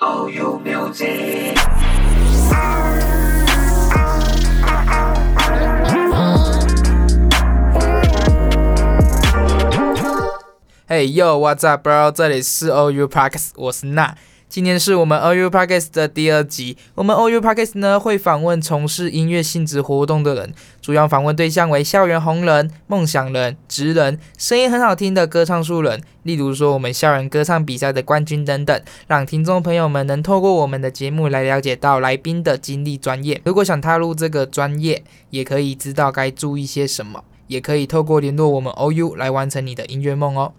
all your music. 嘿哟，What's up, bro？这里是 OU Parkes，我是娜。今天是我们 OU Parkes 的第二集。我们 OU Parkes 呢会访问从事音乐性质活动的人，主要访问对象为校园红人、梦想人、职人、声音很好听的歌唱术人，例如说我们校园歌唱比赛的冠军等等，让听众朋友们能透过我们的节目来了解到来宾的经历、专业。如果想踏入这个专业，也可以知道该注意些什么，也可以透过联络我们 OU 来完成你的音乐梦哦。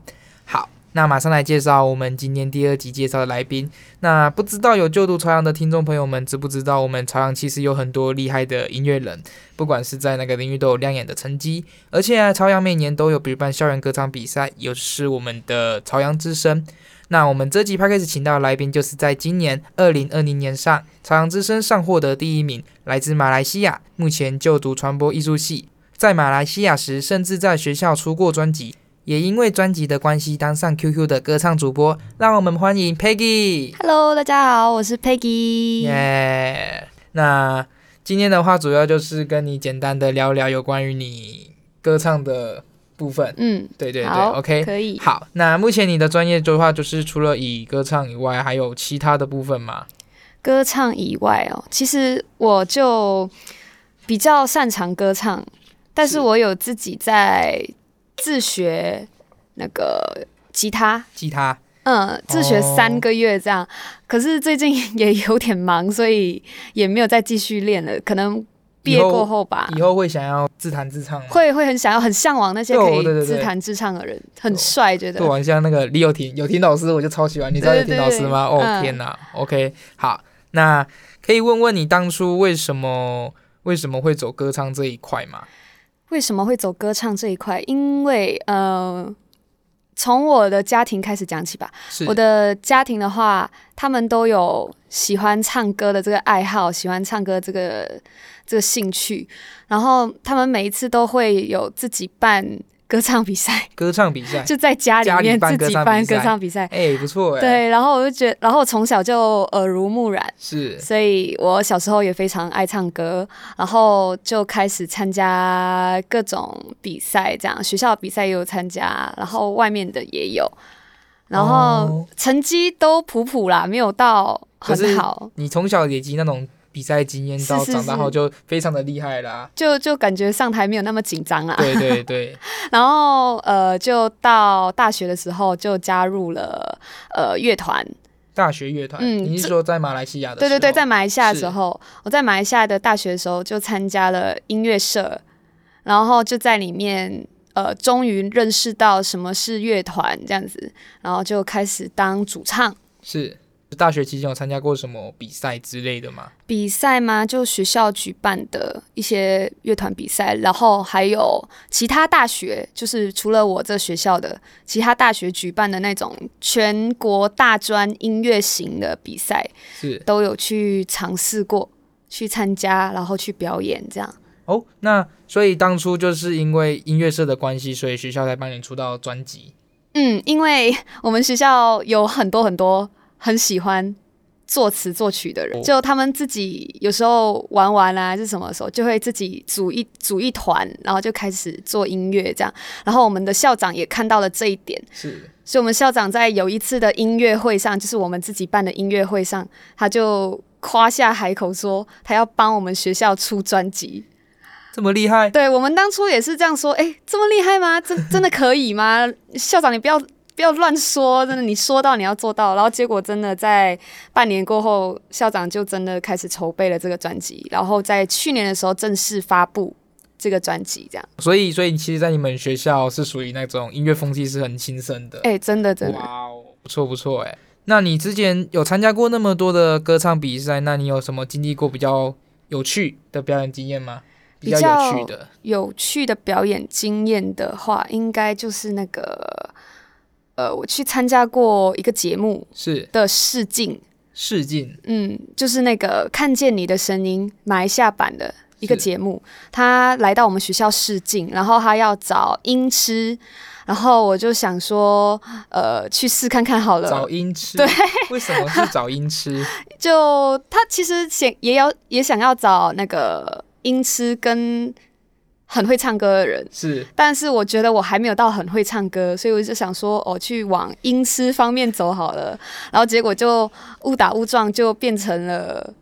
好，那马上来介绍我们今天第二集介绍的来宾。那不知道有就读朝阳的听众朋友们，知不知道我们朝阳其实有很多厉害的音乐人，不管是在哪个领域都有亮眼的成绩。而且、啊、朝阳每年都有举办校园歌唱比赛，也是我们的朝阳之声。那我们这集 p a c k a g e 请到的来宾，就是在今年二零二零年上朝阳之声上获得第一名，来自马来西亚，目前就读传播艺术系，在马来西亚时甚至在学校出过专辑，也因为专辑的关系当上 QQ 的歌唱主播，让我们欢迎 Peggy。 Hello，大家好，我是 Peggy。耶、那今天的话，主要就是跟你简单的聊聊有关于你歌唱的部分。嗯，对对对好，OK。可以。好，那目前你的专业的话，就是除了以歌唱以外，还有其他的部分吗？歌唱以外哦，其实我就比较擅长歌唱，但是是我有自己在自学那个吉他，吉他，嗯，自学三个月这样。可是最近也有点忙，所以也没有再继续练了。可能毕业以后过后吧，以后会想要自弹自唱吗？，啊会会很想要、很向往那些对可我对对以对自弹自唱的人，很帅，觉得对，好像那个李友廷，友廷老师我就超喜欢，你知道对友对廷老师吗？对对哦，嗯天哪、o k 好，那可以问问你当初为什么为什么会走歌唱这一块吗？为什么会走歌唱这一块？因为呃，从我的家庭开始讲起吧。是我的家庭的话，他们都有喜欢唱歌的这个爱好，喜欢唱歌这个这个兴趣。然后他们每一次都会有自己办歌唱 比赛，歌唱比赛，就在家里面家里办自己办歌歌唱唱比赛。哎、不错哎、，对，然后我就觉然后我从小就耳濡目染。是所以我小时候也非常爱唱歌，然后就开始参加各种比赛，这样学校比赛也有参加，然后外面的也有，然后哦成绩都普普啦，没有到可是很好，你从小累积那种比赛经验，到是是长大是后就非常的厉害啦。就就感觉上台没有那么紧张啦。对对对， 然后呃，就到大学的时候就加入了呃乐团，大学乐团，嗯你是说在马来西亚的时对候？对对，在马来西亚的是时候，我在马来西亚的大学的时候就参加了音乐社，然后就在里面呃，终于认识到什么是乐团这样子，然后就开始当主唱。是大学期间有参加过什么比赛之类的吗？比赛吗？就学校举办的一些乐团比赛，然后还有其他大学，就是除了我这学校的，其他大学举办的那种全国大专音乐型的比赛，是都有去尝试过，去参加，然后去表演这样。哦，那所以当初就是因为音乐社的关系，所以学校才帮你出到专辑。嗯，因为我们学校有很多很多很喜欢作词作曲的人，哦就他们自己有时候玩玩啊，是什么时候就会自己组一组一团，然后就开始做音乐这样。然后我们的校长也看到了这一点，是所以我们校长在有一次的音乐会上，就是我们自己办的音乐会上，他就夸下海口说他要帮我们学校出专辑。这么厉害， 对我们当初也是这样说，哎，这么厉害吗？真真的可以吗？校长，你不要不要乱说，真的，你说到你要做到。然后结果真的在半年过后，校长就真的开始筹备了这个专辑，然后在去年的时候正式发布这个专辑，这样，所以所以其实，在你们学校是属于那种音乐风气是很轻生的。哎，真的真的。哇哦，不错不错哎。那你之前有参加过那么多的歌唱比赛，那你有什么经历过比较有趣的表演经验吗？比比较较有趣的，有趣的表演经验的话，应该就是那个，呃，我去参加过一个节目是的试镜，试镜，嗯，就是那个《看见你的声音》马来西亚版的一个节目，他来到我们学校试镜，然后他要找音痴，然后我就想说，呃，去试看看好了。找音痴，对，为什么是找音痴？就他其实想也要也想要找那个音痴跟很会唱歌的人，是但是我觉得我还没有到很会唱歌，所以我就想说，哦，去往音痴方面走好了。然后结果就误打误撞就变成了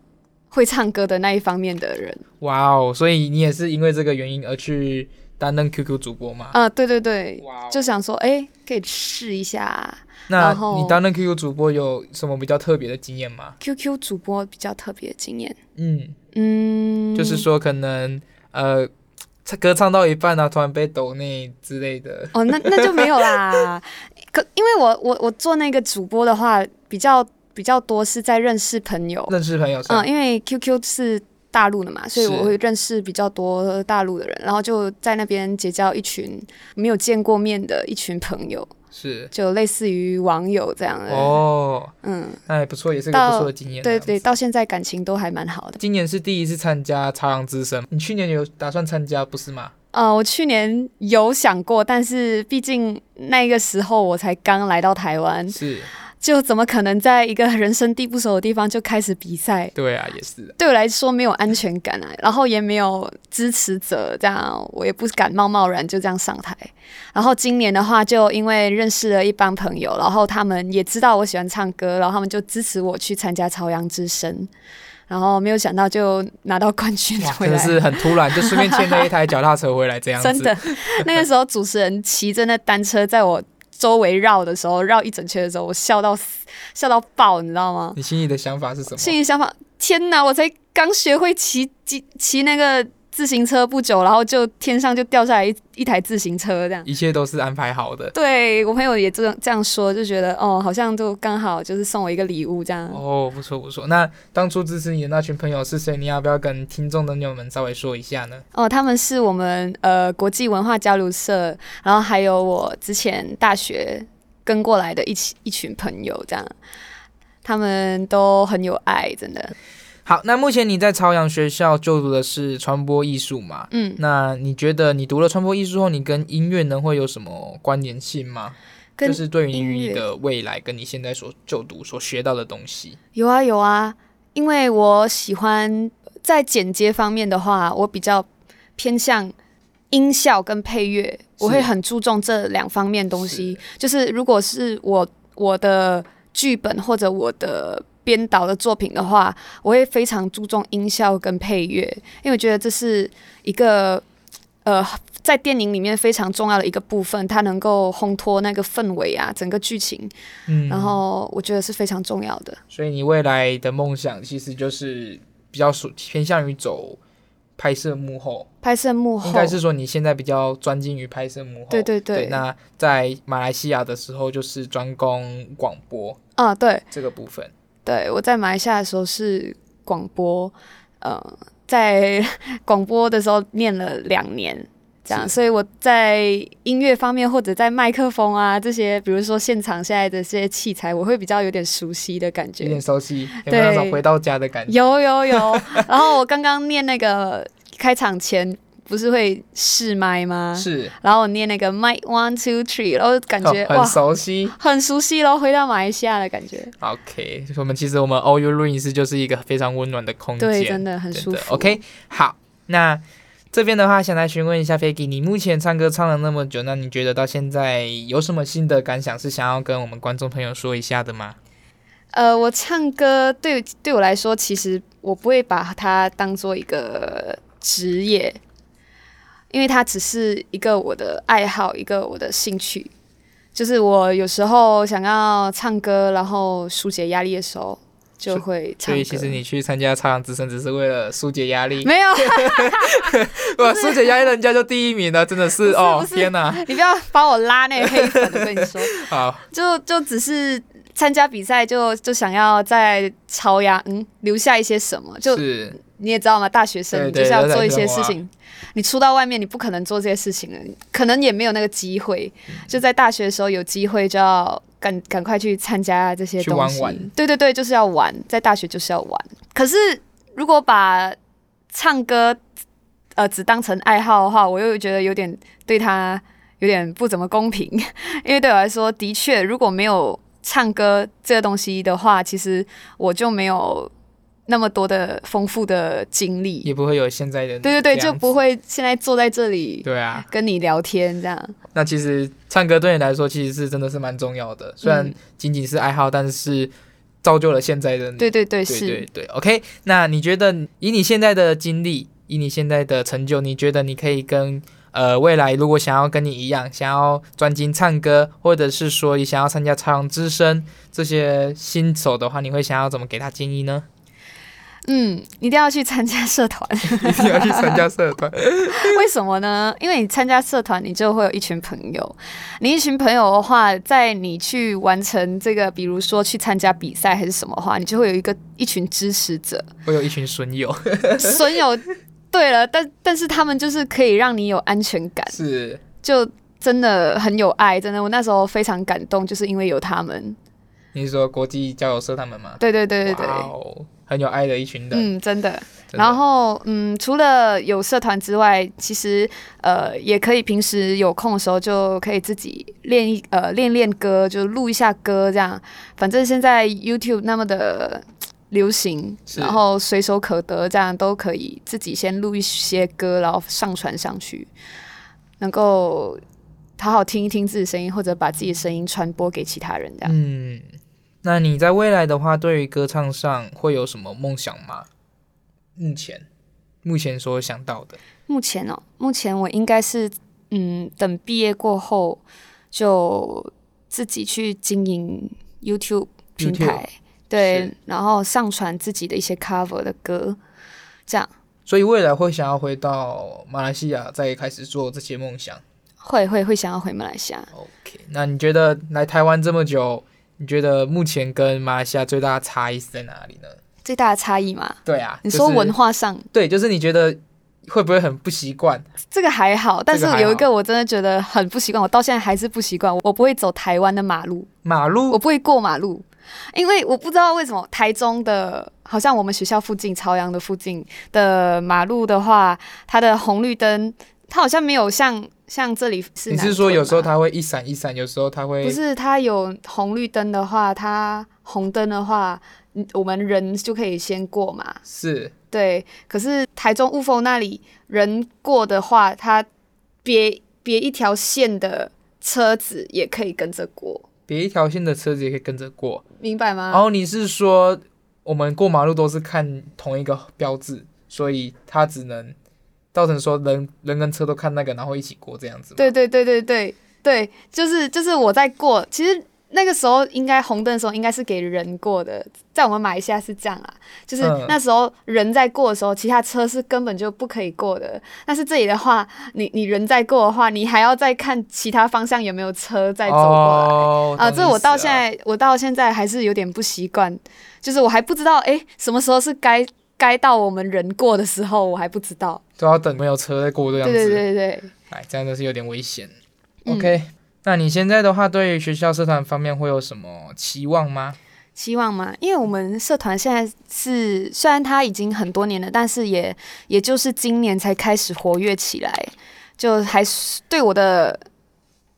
会唱歌的那一方面的 人。哇哦，所以你也是因为这个原因而去担任 QQ 主播吗？啊、对对对，哇哦就想说，哎、可以试一下。那然后你担任 QQ 主播有什么比较特别的经验吗？ QQ 主播比较特别的经验，嗯，嗯，就是说可能呃，唱歌唱到一半啊，突然被抖内之类的。哦，那那就没有啦。 可因为我我我做那个主播的话，比较比较多是在认识朋友，认识朋友是吧嗯，因为 QQ 是大陆的嘛，所以是我会认识比较多大陆的人，然后就在那边结交一群没有见过面的一群朋友，是就类似于网友这样的。哦，嗯，那也不错，也是个不到错的经验。对这样对，子。到现在感情都还蛮好的。今年是第一次参加朝阳之声，你去年有打算参加不是吗？呃，我去年有想过，但是毕竟那个时候我才刚来到台湾，是，就怎么可能在一个人生地不熟的地方就开始比赛？对啊，也 是啊。对我来说没有安全感啊，然后也没有支持者，这样我也不敢贸贸然就这样上台。然后今年的话，就因为认识了一帮朋友，然后他们也知道我喜欢唱歌，然后他们就支持我去参加朝阳之声，然后没有想到就拿到冠军哇，回真的来。是很突然，就顺便牵了一台脚踏车回来这样子。 真的，那个时候主持人骑着那单车在我周围绕的时候，绕一整圈的时候，我笑到死笑到爆，你知道吗？你心里的想法是什心么？里想法，天哪！我才刚学会骑骑骑那个自行车不久，然后就天上就掉下来一一台自行车，这样。一切都是安排好的。对我朋友也这样这样说，就觉得哦，好像就刚好就是送我一个礼物这样。哦，不错不错。那当初支持你的那群朋友是谁？你要不要跟听众朋友们稍微说一下呢？哦，他们是我们呃国际文化交流社，然后还有我之前大学跟过来的一起一群朋友这样，他们都很有爱，真的。好，那目前你在朝阳学校就读的是传播艺术嘛？嗯，那你觉得你读了传播艺术后，你跟音乐能会有什么关联性吗？跟就是对于音你乐的未来，跟你现在所就读所学到的东西。有啊有啊，因为我喜欢在剪接方面的话，我比较偏向音效跟配乐，我会是很注重这两方面东西。就是如果是我我的剧本或者我的编导的作品的话，我会非常注重音效跟配乐，因为我觉得这是一个呃。在电影里面非常重要的一个部分，它能够烘托那个氛围啊，整个剧情，嗯，然后我觉得是非常重要的。所以你未来的梦想其实就是比较属偏向于走拍摄幕后，拍摄幕后，应该是说你现在比较专精于拍摄幕后。对对对那在马来西亚的时候，就是专攻广播啊，对这个部分。对，我在马来西亚的时候是广播，呃，在 广播的时候念了两年，这样，是所以我在音乐方面或者在麦克风啊这些，比如说现场现在的这些器材，我会比较有点熟悉的感有觉点。熟悉，有没有那种对回到家的感觉？有有 有，然后我刚刚念那个开场前不是会试麦吗？。是，然后我念那个 mic one two three，然后感哦觉、很哇，熟悉。很熟悉咯，回到马来西亚的感觉。 OK，我们其实我们 o u 录音室就是一个非常温暖的空间，对，真的很舒真的服。 OK，好，那这边的话，想来询问一下 f a k i 你目前唱歌唱了那么久，那你觉得到现在有什么新的感想是想要跟我们观众朋友说一下的吗？呃，我唱歌对对我来说，其实我不会把它当做一个职业，因为它只是一个我的爱好，一个我的兴趣。就是我有时候想要唱歌，然后疏解压力的时候，就会唱所歌。以其实你去参加《超阳之声》只是为了疏解压 力，没有，啊哇，疏解压力人家就第一名了，真的是不是哦不，是天哪！你不要把我拉那个黑粉，我跟你说。好，就就只是参加比赛就，就想要在朝阳嗯留下一些什么，就是你也知道吗？大学生对你就对是要留在啊做一些中华事情，你出到外面你不可能做这些事情了，可能也没有那个机会。嗯就在大学的时候有机会就要赶赶快去参加这些去东西。玩玩对对对，就是要玩，在大学就是要玩。可是如果把唱歌呃只当成爱好的话，我又觉得有点对他有点不怎么公平， 因为对我来说，的确如果没有唱歌这个东西的话，其实我就没有那么多的丰富的经历。也不会有现在的对对对，这就样不会现在坐在这里对啊。跟你聊天这样。那其实唱歌对你来说其实是真的是蛮重要的，虽然嗯仅仅是爱好，但是造就了现在的你。对对对对，是。对对，OK。那你觉得以你现在的经历，以你现在的成就，你觉得你可以跟呃未来如果想要跟你一样，想要专精唱歌，或者是说你想要参加唱之声这些新手的话，你会想要怎么给他建议 呢？嗯，一定要去参加社团。啊 一定要去参加社团，为什么呢？因为你参加社团，你就会有一群朋友。你一群朋友的话，在你去完成这个，比如说去参加比赛还是什么的话，你就会有一个一群支持者，会有一群损友，损友。对了，但但是他们就是可以让你有安全感，是就真的很有爱，真的。我那时候非常感动，就是因为有他们。你是说国际交友社他们吗？对对对对对哇，哦，很有爱的一群人。嗯，真的。真的然后，嗯，除了有社团之外，其实呃，也可以平时有空的时候就可以自己练一呃练练歌，就录一下歌这样。反正现在 YouTube 那么的嘖流行，是然后随手可得，这样都可以自己先录一些歌，然后上传上去，能够好好听一听自己的声音，或者把自己的声音传播给其他人这样。嗯，那你在未来的话，对于歌唱上会有什么梦想吗？目前，目前所想到的，目前哦，目前我应该是嗯，等毕业过后就自己去经营 YouTube 平台，对是，然后上传自己的一些 cover 的歌，这样所以未来会想要回到马来西亚，再开始做这些梦想。会会会想要回马来西亚。 OK，那你觉得来台湾这么久，你觉得目前跟马来西亚最大的差异是在哪里呢？最大的差异嘛，对啊，你说文化，化上、对，就是你觉得会不会很不习惯？这个还好，但是还好有一个我真的觉得很不习惯，我到现在还是不习惯，我不会走台湾的马路。马我路不会过马路，因为我不知道为什么台中的，好像我们学校附近朝阳的附近的马路的话，它的红绿灯，它好像没有像像这里是。你是说有时候它它会一闪一闪，有时候它会不是它有红绿灯的话，它红灯的话，嗯我们人就可以先过嘛。是对，可是台中雾峰那里人过的话，它别别一条线的车子也可以跟着过，别一条线的车子也可以跟着过。明白吗？然后你是说我们过马路都是看同一个标志，所以它只能造成说人人跟车都看那个，然后一起过这样子吗。对对对对对对，就是就是我在过，其实那个时候应该红灯的时候应该是给人过的，在我们马来西亚是这样啦，就是嗯那时候人在过的时候，其他车是根本就不可以过的。但是这里的话，你你人在过的话，你还要再看其他方向有没有车在走过来。哦，啊，懂这意我思到了现在，我到现在还是有点不习惯，就是我还不知道，诶，什么时候是该该到我们人过的时候，我还不知道。都要等没有车再过这样对子。对对对，哎，这样真是有点危险。嗯 OK，那你现在的话，对于学校社团方面会有什么期望吗？希望嘛，因为我们社团现在是虽然它已经很多年了，但是也也就是今年才开始活跃起来，就还是对我的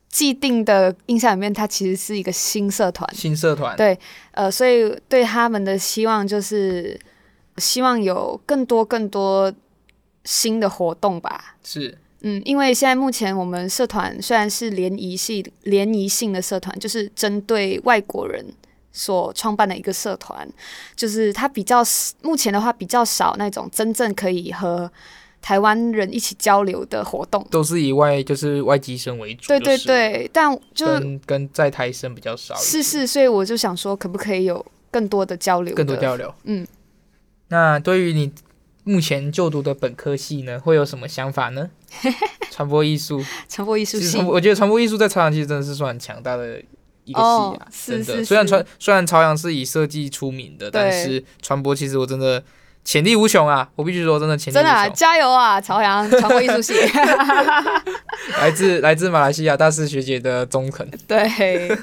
既定的印象里面，它其实是一个新社团，新社团对呃，所以对他们的希望就是希望有更多更多新的活动吧，是嗯，因为现在目前我们社团虽然是联谊系联谊性的社团，就是针对外国人所创办的一个社团，就是它比较目前的话比较少那种真正可以和台湾人一起交流的活动。都是以外就是外籍生为主，对对就是对，但就跟跟在台生比较少一是点，是，所以我就想说，可不可以有更多的交流？更多交。流。嗯，那对于你目前就读的本科系呢，会有什么想法 呢？传播艺术，传播艺术其实系传播我觉得传播艺术在朝阳其实真的是算很强大的一个系哦啊，是真的。是虽然是传虽然朝阳是以设计出名的，但对是传播其实我真的潜力无穷啊！我必须说，真的潜力无真的、啊、穷。加油啊，朝阳传播艺 术系。 来自来自马来西亚大四学姐的中肯，对，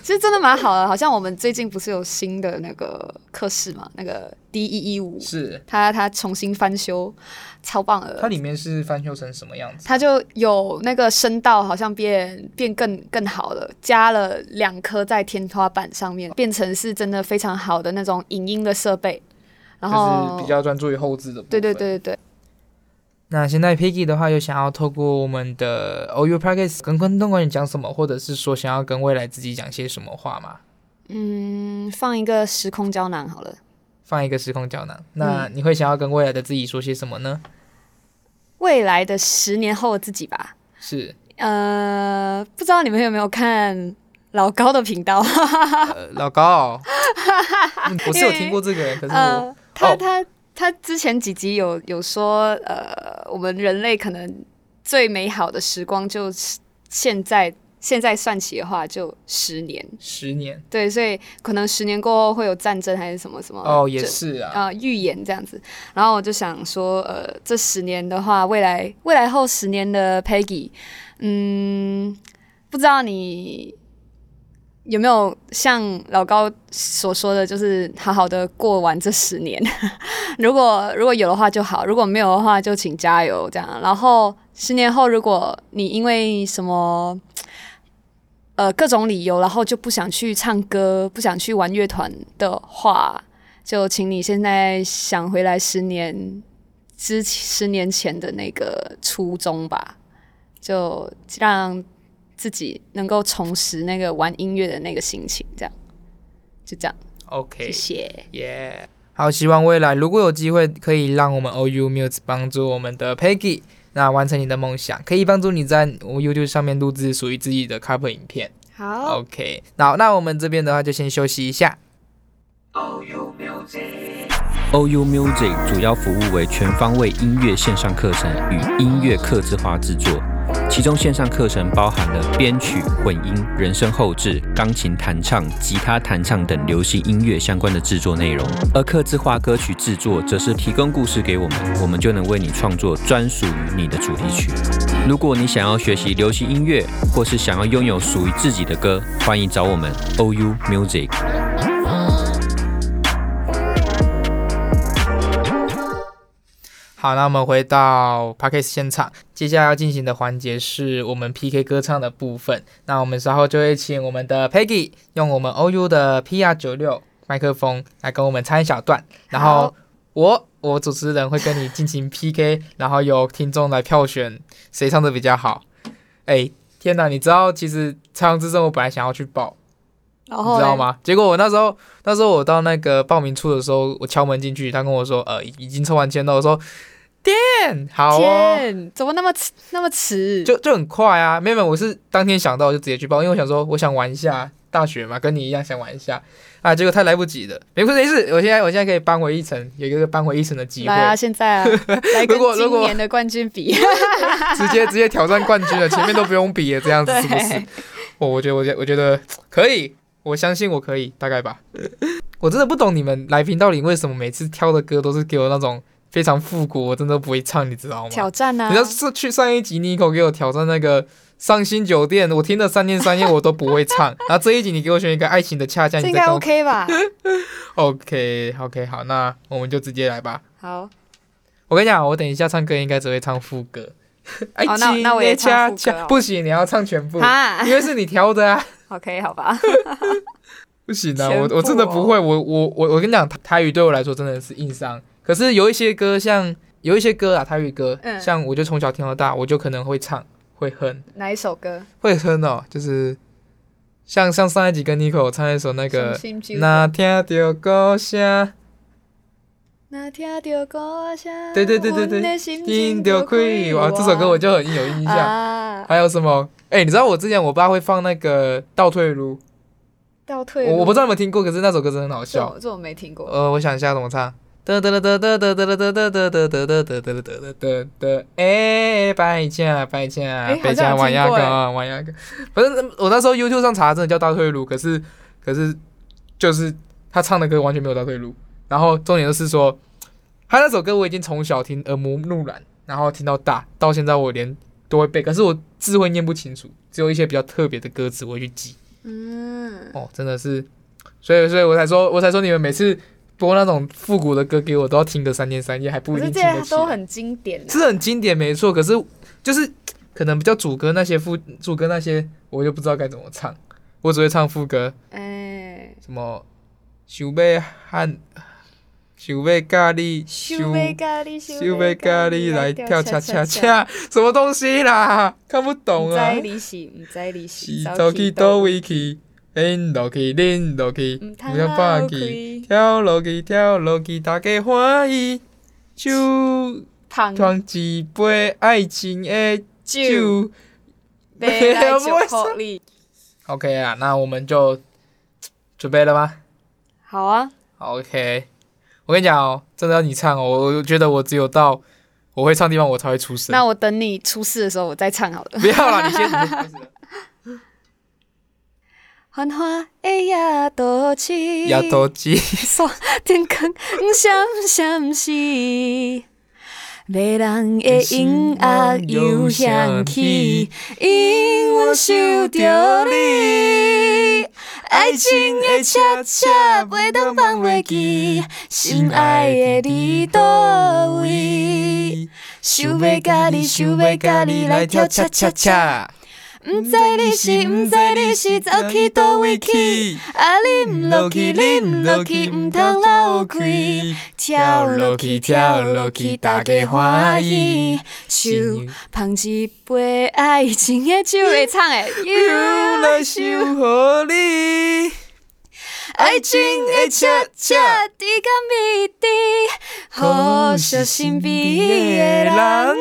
其实真的蛮好的。好像我们最近不是有新的那个课室嘛，那个 D 一一五，是它它重新翻修，超棒的。它里面是翻修成什么样子？它就有那个声道，好像变变更更好了，加了两颗在天花板上面，变成是真的非常好的那种影音的设备。然就是后比较专注于后置的部分。哦对对。对对对，那现在 Peggy 的话，有想要透过我们的 OU Practice 跟观众管理讲什么，或者是说想要跟未来自己讲些什么话吗？嗯，放一个时空胶囊好了。放一个时空胶囊，那你会想要跟未来的自己说些什么呢？未来的十年后的自己吧，是，呃，不知道你们有没有看老高的频 道？呃，老高哦、嗯我是有听过这个人，可是我呃，他嗯哦他他之前几集有有说，呃，我们人类可能最美好的时光就是现在，现在算起的话就十年，十年对，所以可能十年过后会有战争还是什么什么哦，也这是啊，啊、预言这样子。然后我就想说，呃，这十年的话，未来未来后十年的 Peggy，嗯，不知道你有没有像老高所说的，就是好好的过完这十年。 如果如果有的话就好，如果没有的话就请加油这样。然后十年后，如果你因为什么呃各种理由，然后就不想去唱歌、不想去玩乐团的话，就请你现在想回来十年之十年前的那个初衷吧，就让自己能够重拾那个玩音乐的那个心情，这样就这样， OK，谢谢。耶好，希望未来如果有机会，可以让我们 OU Muse 帮助我们的 Peggy，那完成你的梦想，可以帮助你在我 YouTube 上面录制属于自己的 cover 影片。好， OK，好，那我们这边的话就先休息一下。 OU Music 主要服务为全方位音乐线上课程与音乐客制化制作，其中线上课程包含了编曲、混音、人声后置、钢琴弹唱、吉他弹唱等流行音乐相关的制作内容，而客制化歌曲制作则是提供故事给我们，我们就能为你创作专属于你的主题曲。如果你想要学习流行音乐，或是想要拥有属于自己的歌，欢迎找我们 OU Music。好，那我们回到 p a c k a s 现场，接下来要进行的环节是我们 PK 歌唱的部分。那我们稍后就会请我们的 Peggy 用我们 OU 的 PR 九六麦克风来跟我们唱一小段，然后好我我主持人会跟你进行 PK，然后由听众来票选谁唱的比较好。哎，天哪，你知道其实《苍狼之声》我本来想要去报，然你后知道嘞？吗？结果我那时候，那时候我到那个报名处的时候，我敲门进去，他跟我说，呃，已已经抽完签了。我说，天，好哦，天，怎么那么迟那么迟？就就很快啊。没有没有，我是当天想到我就直接去报，因为我想说，我想玩一下大学嘛，跟你一样想玩一下啊。结果太来不及了，没事没事，我现在我现在可以扳回一城，有一个扳回一城的机会来，啊，现在啊，来如跟果如今果年的冠军比，直接直接挑战冠军了，前面都不用比了，这样子是不是 哦对？我我觉得我觉得我觉得可以，我相信我可以，大概吧。我真的不懂你们来宾到底为什么每次挑的歌都是给我那种非常复古，我真的不会唱，你知道吗？挑战啊你！要是去上一集 Nico 给我挑战那个《伤心酒店》，我听了三天三夜我都不会唱， 然后这一集你给我选一个爱情的恰恰，这你应再该跟我 OK 吧？ OK OK 好，那我们就直接来吧。好，我跟你讲，我等一下唱歌应该只会唱副歌。 哎爱哦那情那我也的恰唱副恰歌哦啊不行，你要唱全部， 哈因为是你挑的 啊。 ，OK，好吧，不行啊，全部哦我我真的不会，我我我我跟你讲，台语对我来说真的是硬伤。可是有一些歌像，有一些歌啊，台语歌，嗯像我就从小听到大，我就可能会唱，会哼，哪一首歌？会哼哦，就是像像上一集跟 Nico 唱一首那个心心那天丢故声，那听到歌声，对对对对对阮的心听情到就快快活，活这首歌我就很有印象。啊，还有什么？哎、你知道我之前我爸会放那个倒退路，倒退我我不知道你们听过，可是那首歌真的很好这笑我。这我没听过。呃，我想一下怎么唱。得得得得得得得得得得得得得得得得得得，哎，白家白家白家玩牙哥玩牙哥，反正我那时候 YouTube 上查真的叫倒退路，可是可是就是他唱的歌完全没有倒退路，然后重点就是说他那首歌我已经从小听耳濡目染，然后听到大，到现在我连都会背，可是我字会念不清楚，只有一些比较特别的歌词我会去记。嗯，哦，真的是，所以所以我才说，我才说你们每次播那种复古的歌给我，都要听个三天三夜，还不可一是定这听得些起都来。很经典、啊，是很经典，没错。可是就是可能比较主歌那些副主歌那些，我就不知道该怎么唱，我只会唱副歌，哎，什么想要汉，想要咖喱，修杯咖喱，想要咖喱来跳恰恰恰，恰，什么东西啦？看不懂啊在！离席，唔在离席，是走去倒位去，拎落去拎落去，唔唔通通放流弃，嗯开跳落去跳落去，大家欢喜，酒。胖创一杯爱情的酒酒。杯来酒口里。 OK 啊，那我们就准备了吗好啊， ？OK，我跟你讲哦，真的要你唱哦，我我觉得我只有到我会唱的地方，我才会出声。那我等你出事的时候我再唱好了。不要啦，你先，你先开 始了。繁华的夜都市，亚多基， 山天光闪闪是，迷人的音乐又响起，因我想着你，爱情的恰恰袂当放袂记，心爱的你倒位，想要甲你，想要甲你来跳恰恰恰。。毋知你是毋知你是走去倒位去，啊你毋落去你毋落去，毋通落开，跳落去跳落去，大家欢喜，想捧一杯爱情的酒，会唱诶，又来想和你，爱情的恰恰滴甲蜜滴，好小身边的人，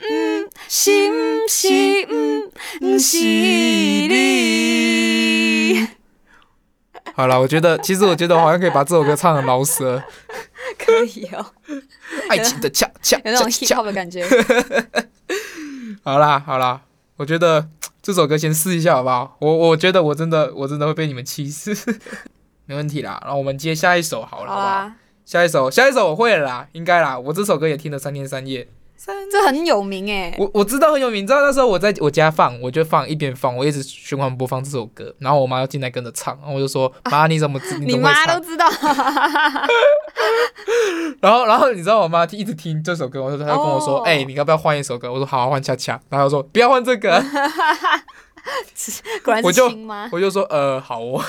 嗯，是毋是嗯，毋是你。好了，我觉得，其实我觉得我好像可以把这首歌唱的老死了。可以哦，爱情的恰恰有那种恰 hip 恰。 hop 的 感觉。好啦好啦，我觉得这首歌先试一下好不好？我我觉得我真的我真的会被你们气死，没问题啦。然后我们接下一首好了，好好不啊好？啦，下一首下一首我会了啦，应该啦。我这首歌也听了三天三夜，这很有名哎。我我知道很有名，你知道那时候我在我家放，我就放一边放，我一直循环播放这首歌，然后我妈要进来跟着唱，然后我就说啊妈你怎么知你你怎么会 妈唱都？知道，然后，然后你知道我妈一直听这首歌，我就她就跟我说哦：“哎、你要不要换一首歌？”我说：“好、啊，换恰恰。”然后她说：“不要换这 个。果然我是就亲妈”。我就说：“呃，好哦。”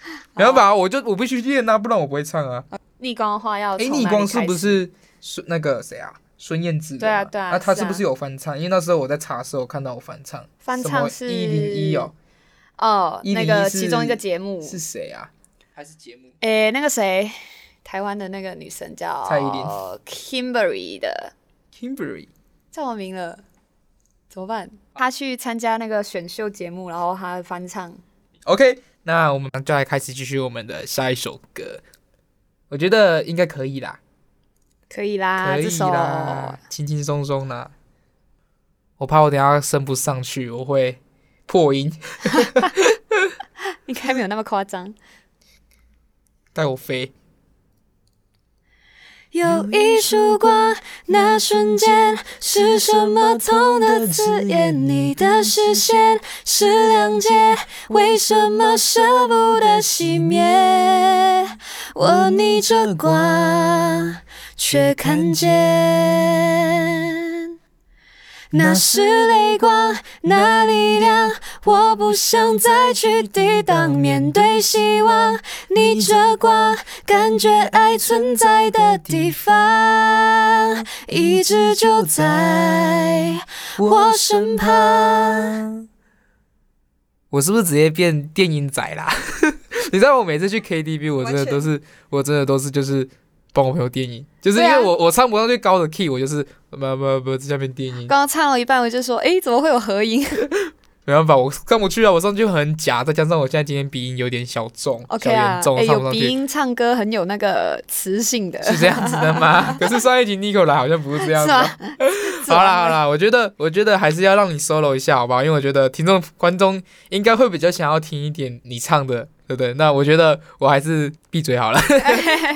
没办法，我就我必须练啊，不然我不会唱啊。逆光的话要哎，哦从逆哪里光是开不始？是孙那个谁啊？孙燕姿的对啊嘛对啊那她是是不是啊有翻唱？因为那时候我在查的时候看到有翻唱，翻唱是一零一哦，哦， 101那个是其中一个节目是谁啊？还是节目？诶、那个谁，台湾的那个女生叫蔡依林 Kimberly 的， Kimberly 叫我名了，怎么办？她去参加那个选秀节目，然后她翻唱， OK，那我们就来开始继续我们的下一首歌，我觉得应该可以啦。可以啦，可以啊这首啦，轻轻松松啦。我怕我等一下升不上去，我会破音， 应该没有那么夸张。带我飞。有一束光，那瞬间是什么痛的刺眼？你的视线是谅解，为什么舍不得熄灭？我逆着光，却看见。那是泪光，那力量，我不想再去抵挡。面对希望，逆着光，感觉爱存在的地方，一直就在我身旁。我是不是直接变电音仔啦？ 你知道我每次去 KTV，我真的完全都是，我真的都是就是帮我朋友电音，就是因为对啊我、我唱不上去高的 key，我就是不不不在下面电音，刚刚唱了一半，我就说，诶，怎么会有 合音没办法，我上不去啊，我上去很假，再加上我现在今天鼻音有点小重 ？OK 小啊严，重，诶，上不有上鼻去。音唱歌很有那个磁性的， 是这样子的吗？可是上一集 Nico 来好像不是这样是子吗啊，？子好啦完好美。啦，我觉得我觉得还是要让你 solo 一下，好不好？因为我觉得听众观众应该会比较想要听一点你唱的，对不对？那我觉得我还是闭嘴 好了。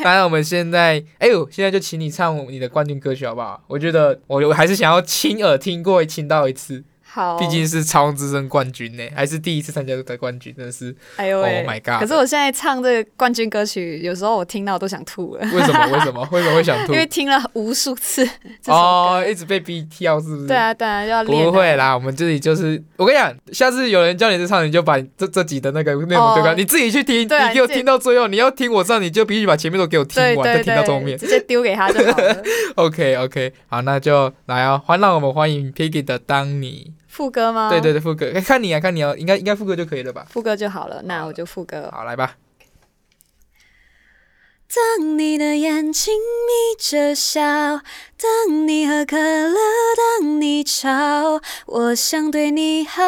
当然，我们现在，哎呦，现在就请你唱你的冠军歌曲好不好？我觉得我我还是想要亲耳听过听到一次，好，毕竟是超人之声冠军呢、还是第一次参加的冠军，真的是哎呦喂 Oh my god 可是我现在唱这个冠军歌曲，有时候我听到都想吐了， 为什么？为什么？为什么会想吐因？为听了无数次这首歌。哦，一直被逼跳是不是？对啊，当然要练啊。不会啦，我们这里就是，我跟你讲，下次有人叫你去唱，你就把这这集的那个内容对关，哦你自己去听，对啊你给我你自己听到最后，你要听我唱，你就必须把前面都给我听对完，对再听到后对，面。直接丢给他就 好了。 OK OK，好，那就来哦，欢让我们欢迎 Piggy 的当你，副歌吗？对对，对，副歌，哎看你啊，看你啊，应该应该副歌就可以了吧？副歌就好了。那我就副歌。哦好，来吧，当你的眼睛眯着笑，当你喝可乐，当你吵，我想对你好，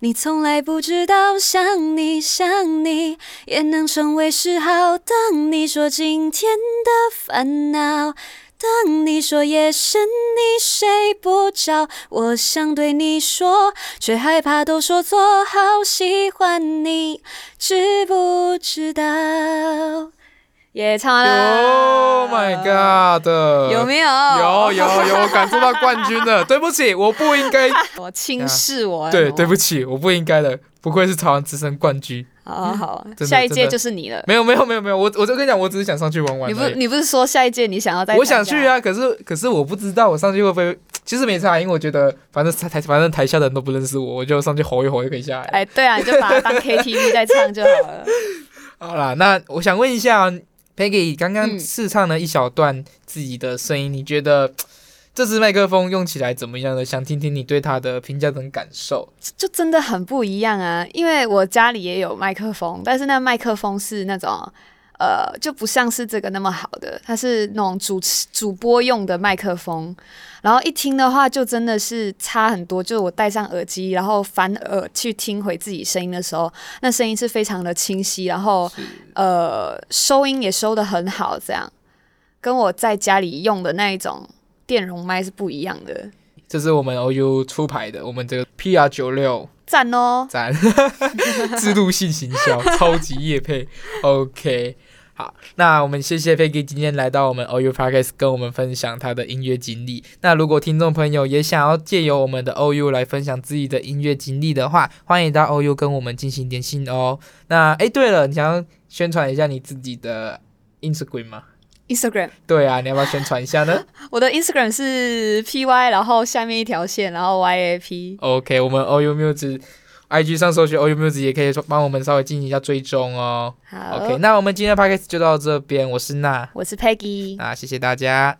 你从来不知道，想你想你也能成为嗜好。当你说今天的烦恼。当你说夜深，你睡不着，我想对你说，却害怕都说错。好喜欢你，知不知道？也唱完了。 Oh my God，呃有没有？有有 有，我感受到冠军了，对不起，我不应该，我轻视我。对对不起，我不应该的，不愧是台湾之声冠军。好好好，的下 一真届的就是你了。没有没有没有没有，我我就跟你讲，我只是想上去玩玩你不而已。你不是说下一届你想要再？我想去！啊，可是可是我不知道我上去会不会，其实没差，因为我觉得反正台反正台下的人都不认识我，我就上去吼一吼就可以下来。哎，对啊，你就把它当 KTV 在唱就好了。好啦，那我想问一下哦 Peggy，刚刚嗯试唱了一小段自己的声音，你觉得这支麦克风用起来怎么样呢？想听听你对它的评价跟感受。就真的很不一样啊！因为我家里也有麦克风，但是那麦克风是那种，呃，就不像是这个那么好的，它是那种主持主播用的麦克风。然后一听的话，就真的是差很多。就是我戴上耳机，然后反耳去听回自己声音的时候，那声音是非常的清晰，然后呃，收音也收的很好，这样跟我在家里用的那一种电容麦是不一样的。这是我们 OU 出牌的，我们这个 PR 九六赞哦！赞， 制度性行销，超级业配。OK，好，那我们谢谢 Peggy 今天来到我们 OU Podcast 跟我们分享她的音乐经历。那如果听众朋友也想要借由我们的 OU 来分享自己的音乐经历的话，欢迎到 OU 跟我们进行联系哦。那哎，对了，你想要宣传一下你自己的 Instagram 吗？ Instagram，对啊，你要不要宣传一下呢我的 Instagram 是 PY，然后下面一条线，然后 YAP。 ？OK，我们 OU Music IG 上搜寻 OU Music 也可以帮我们稍微进行一下追踪哦。好 OK，那我们今天的 podcast 就到这边，我是娜，我是 Peggy，那谢谢大家。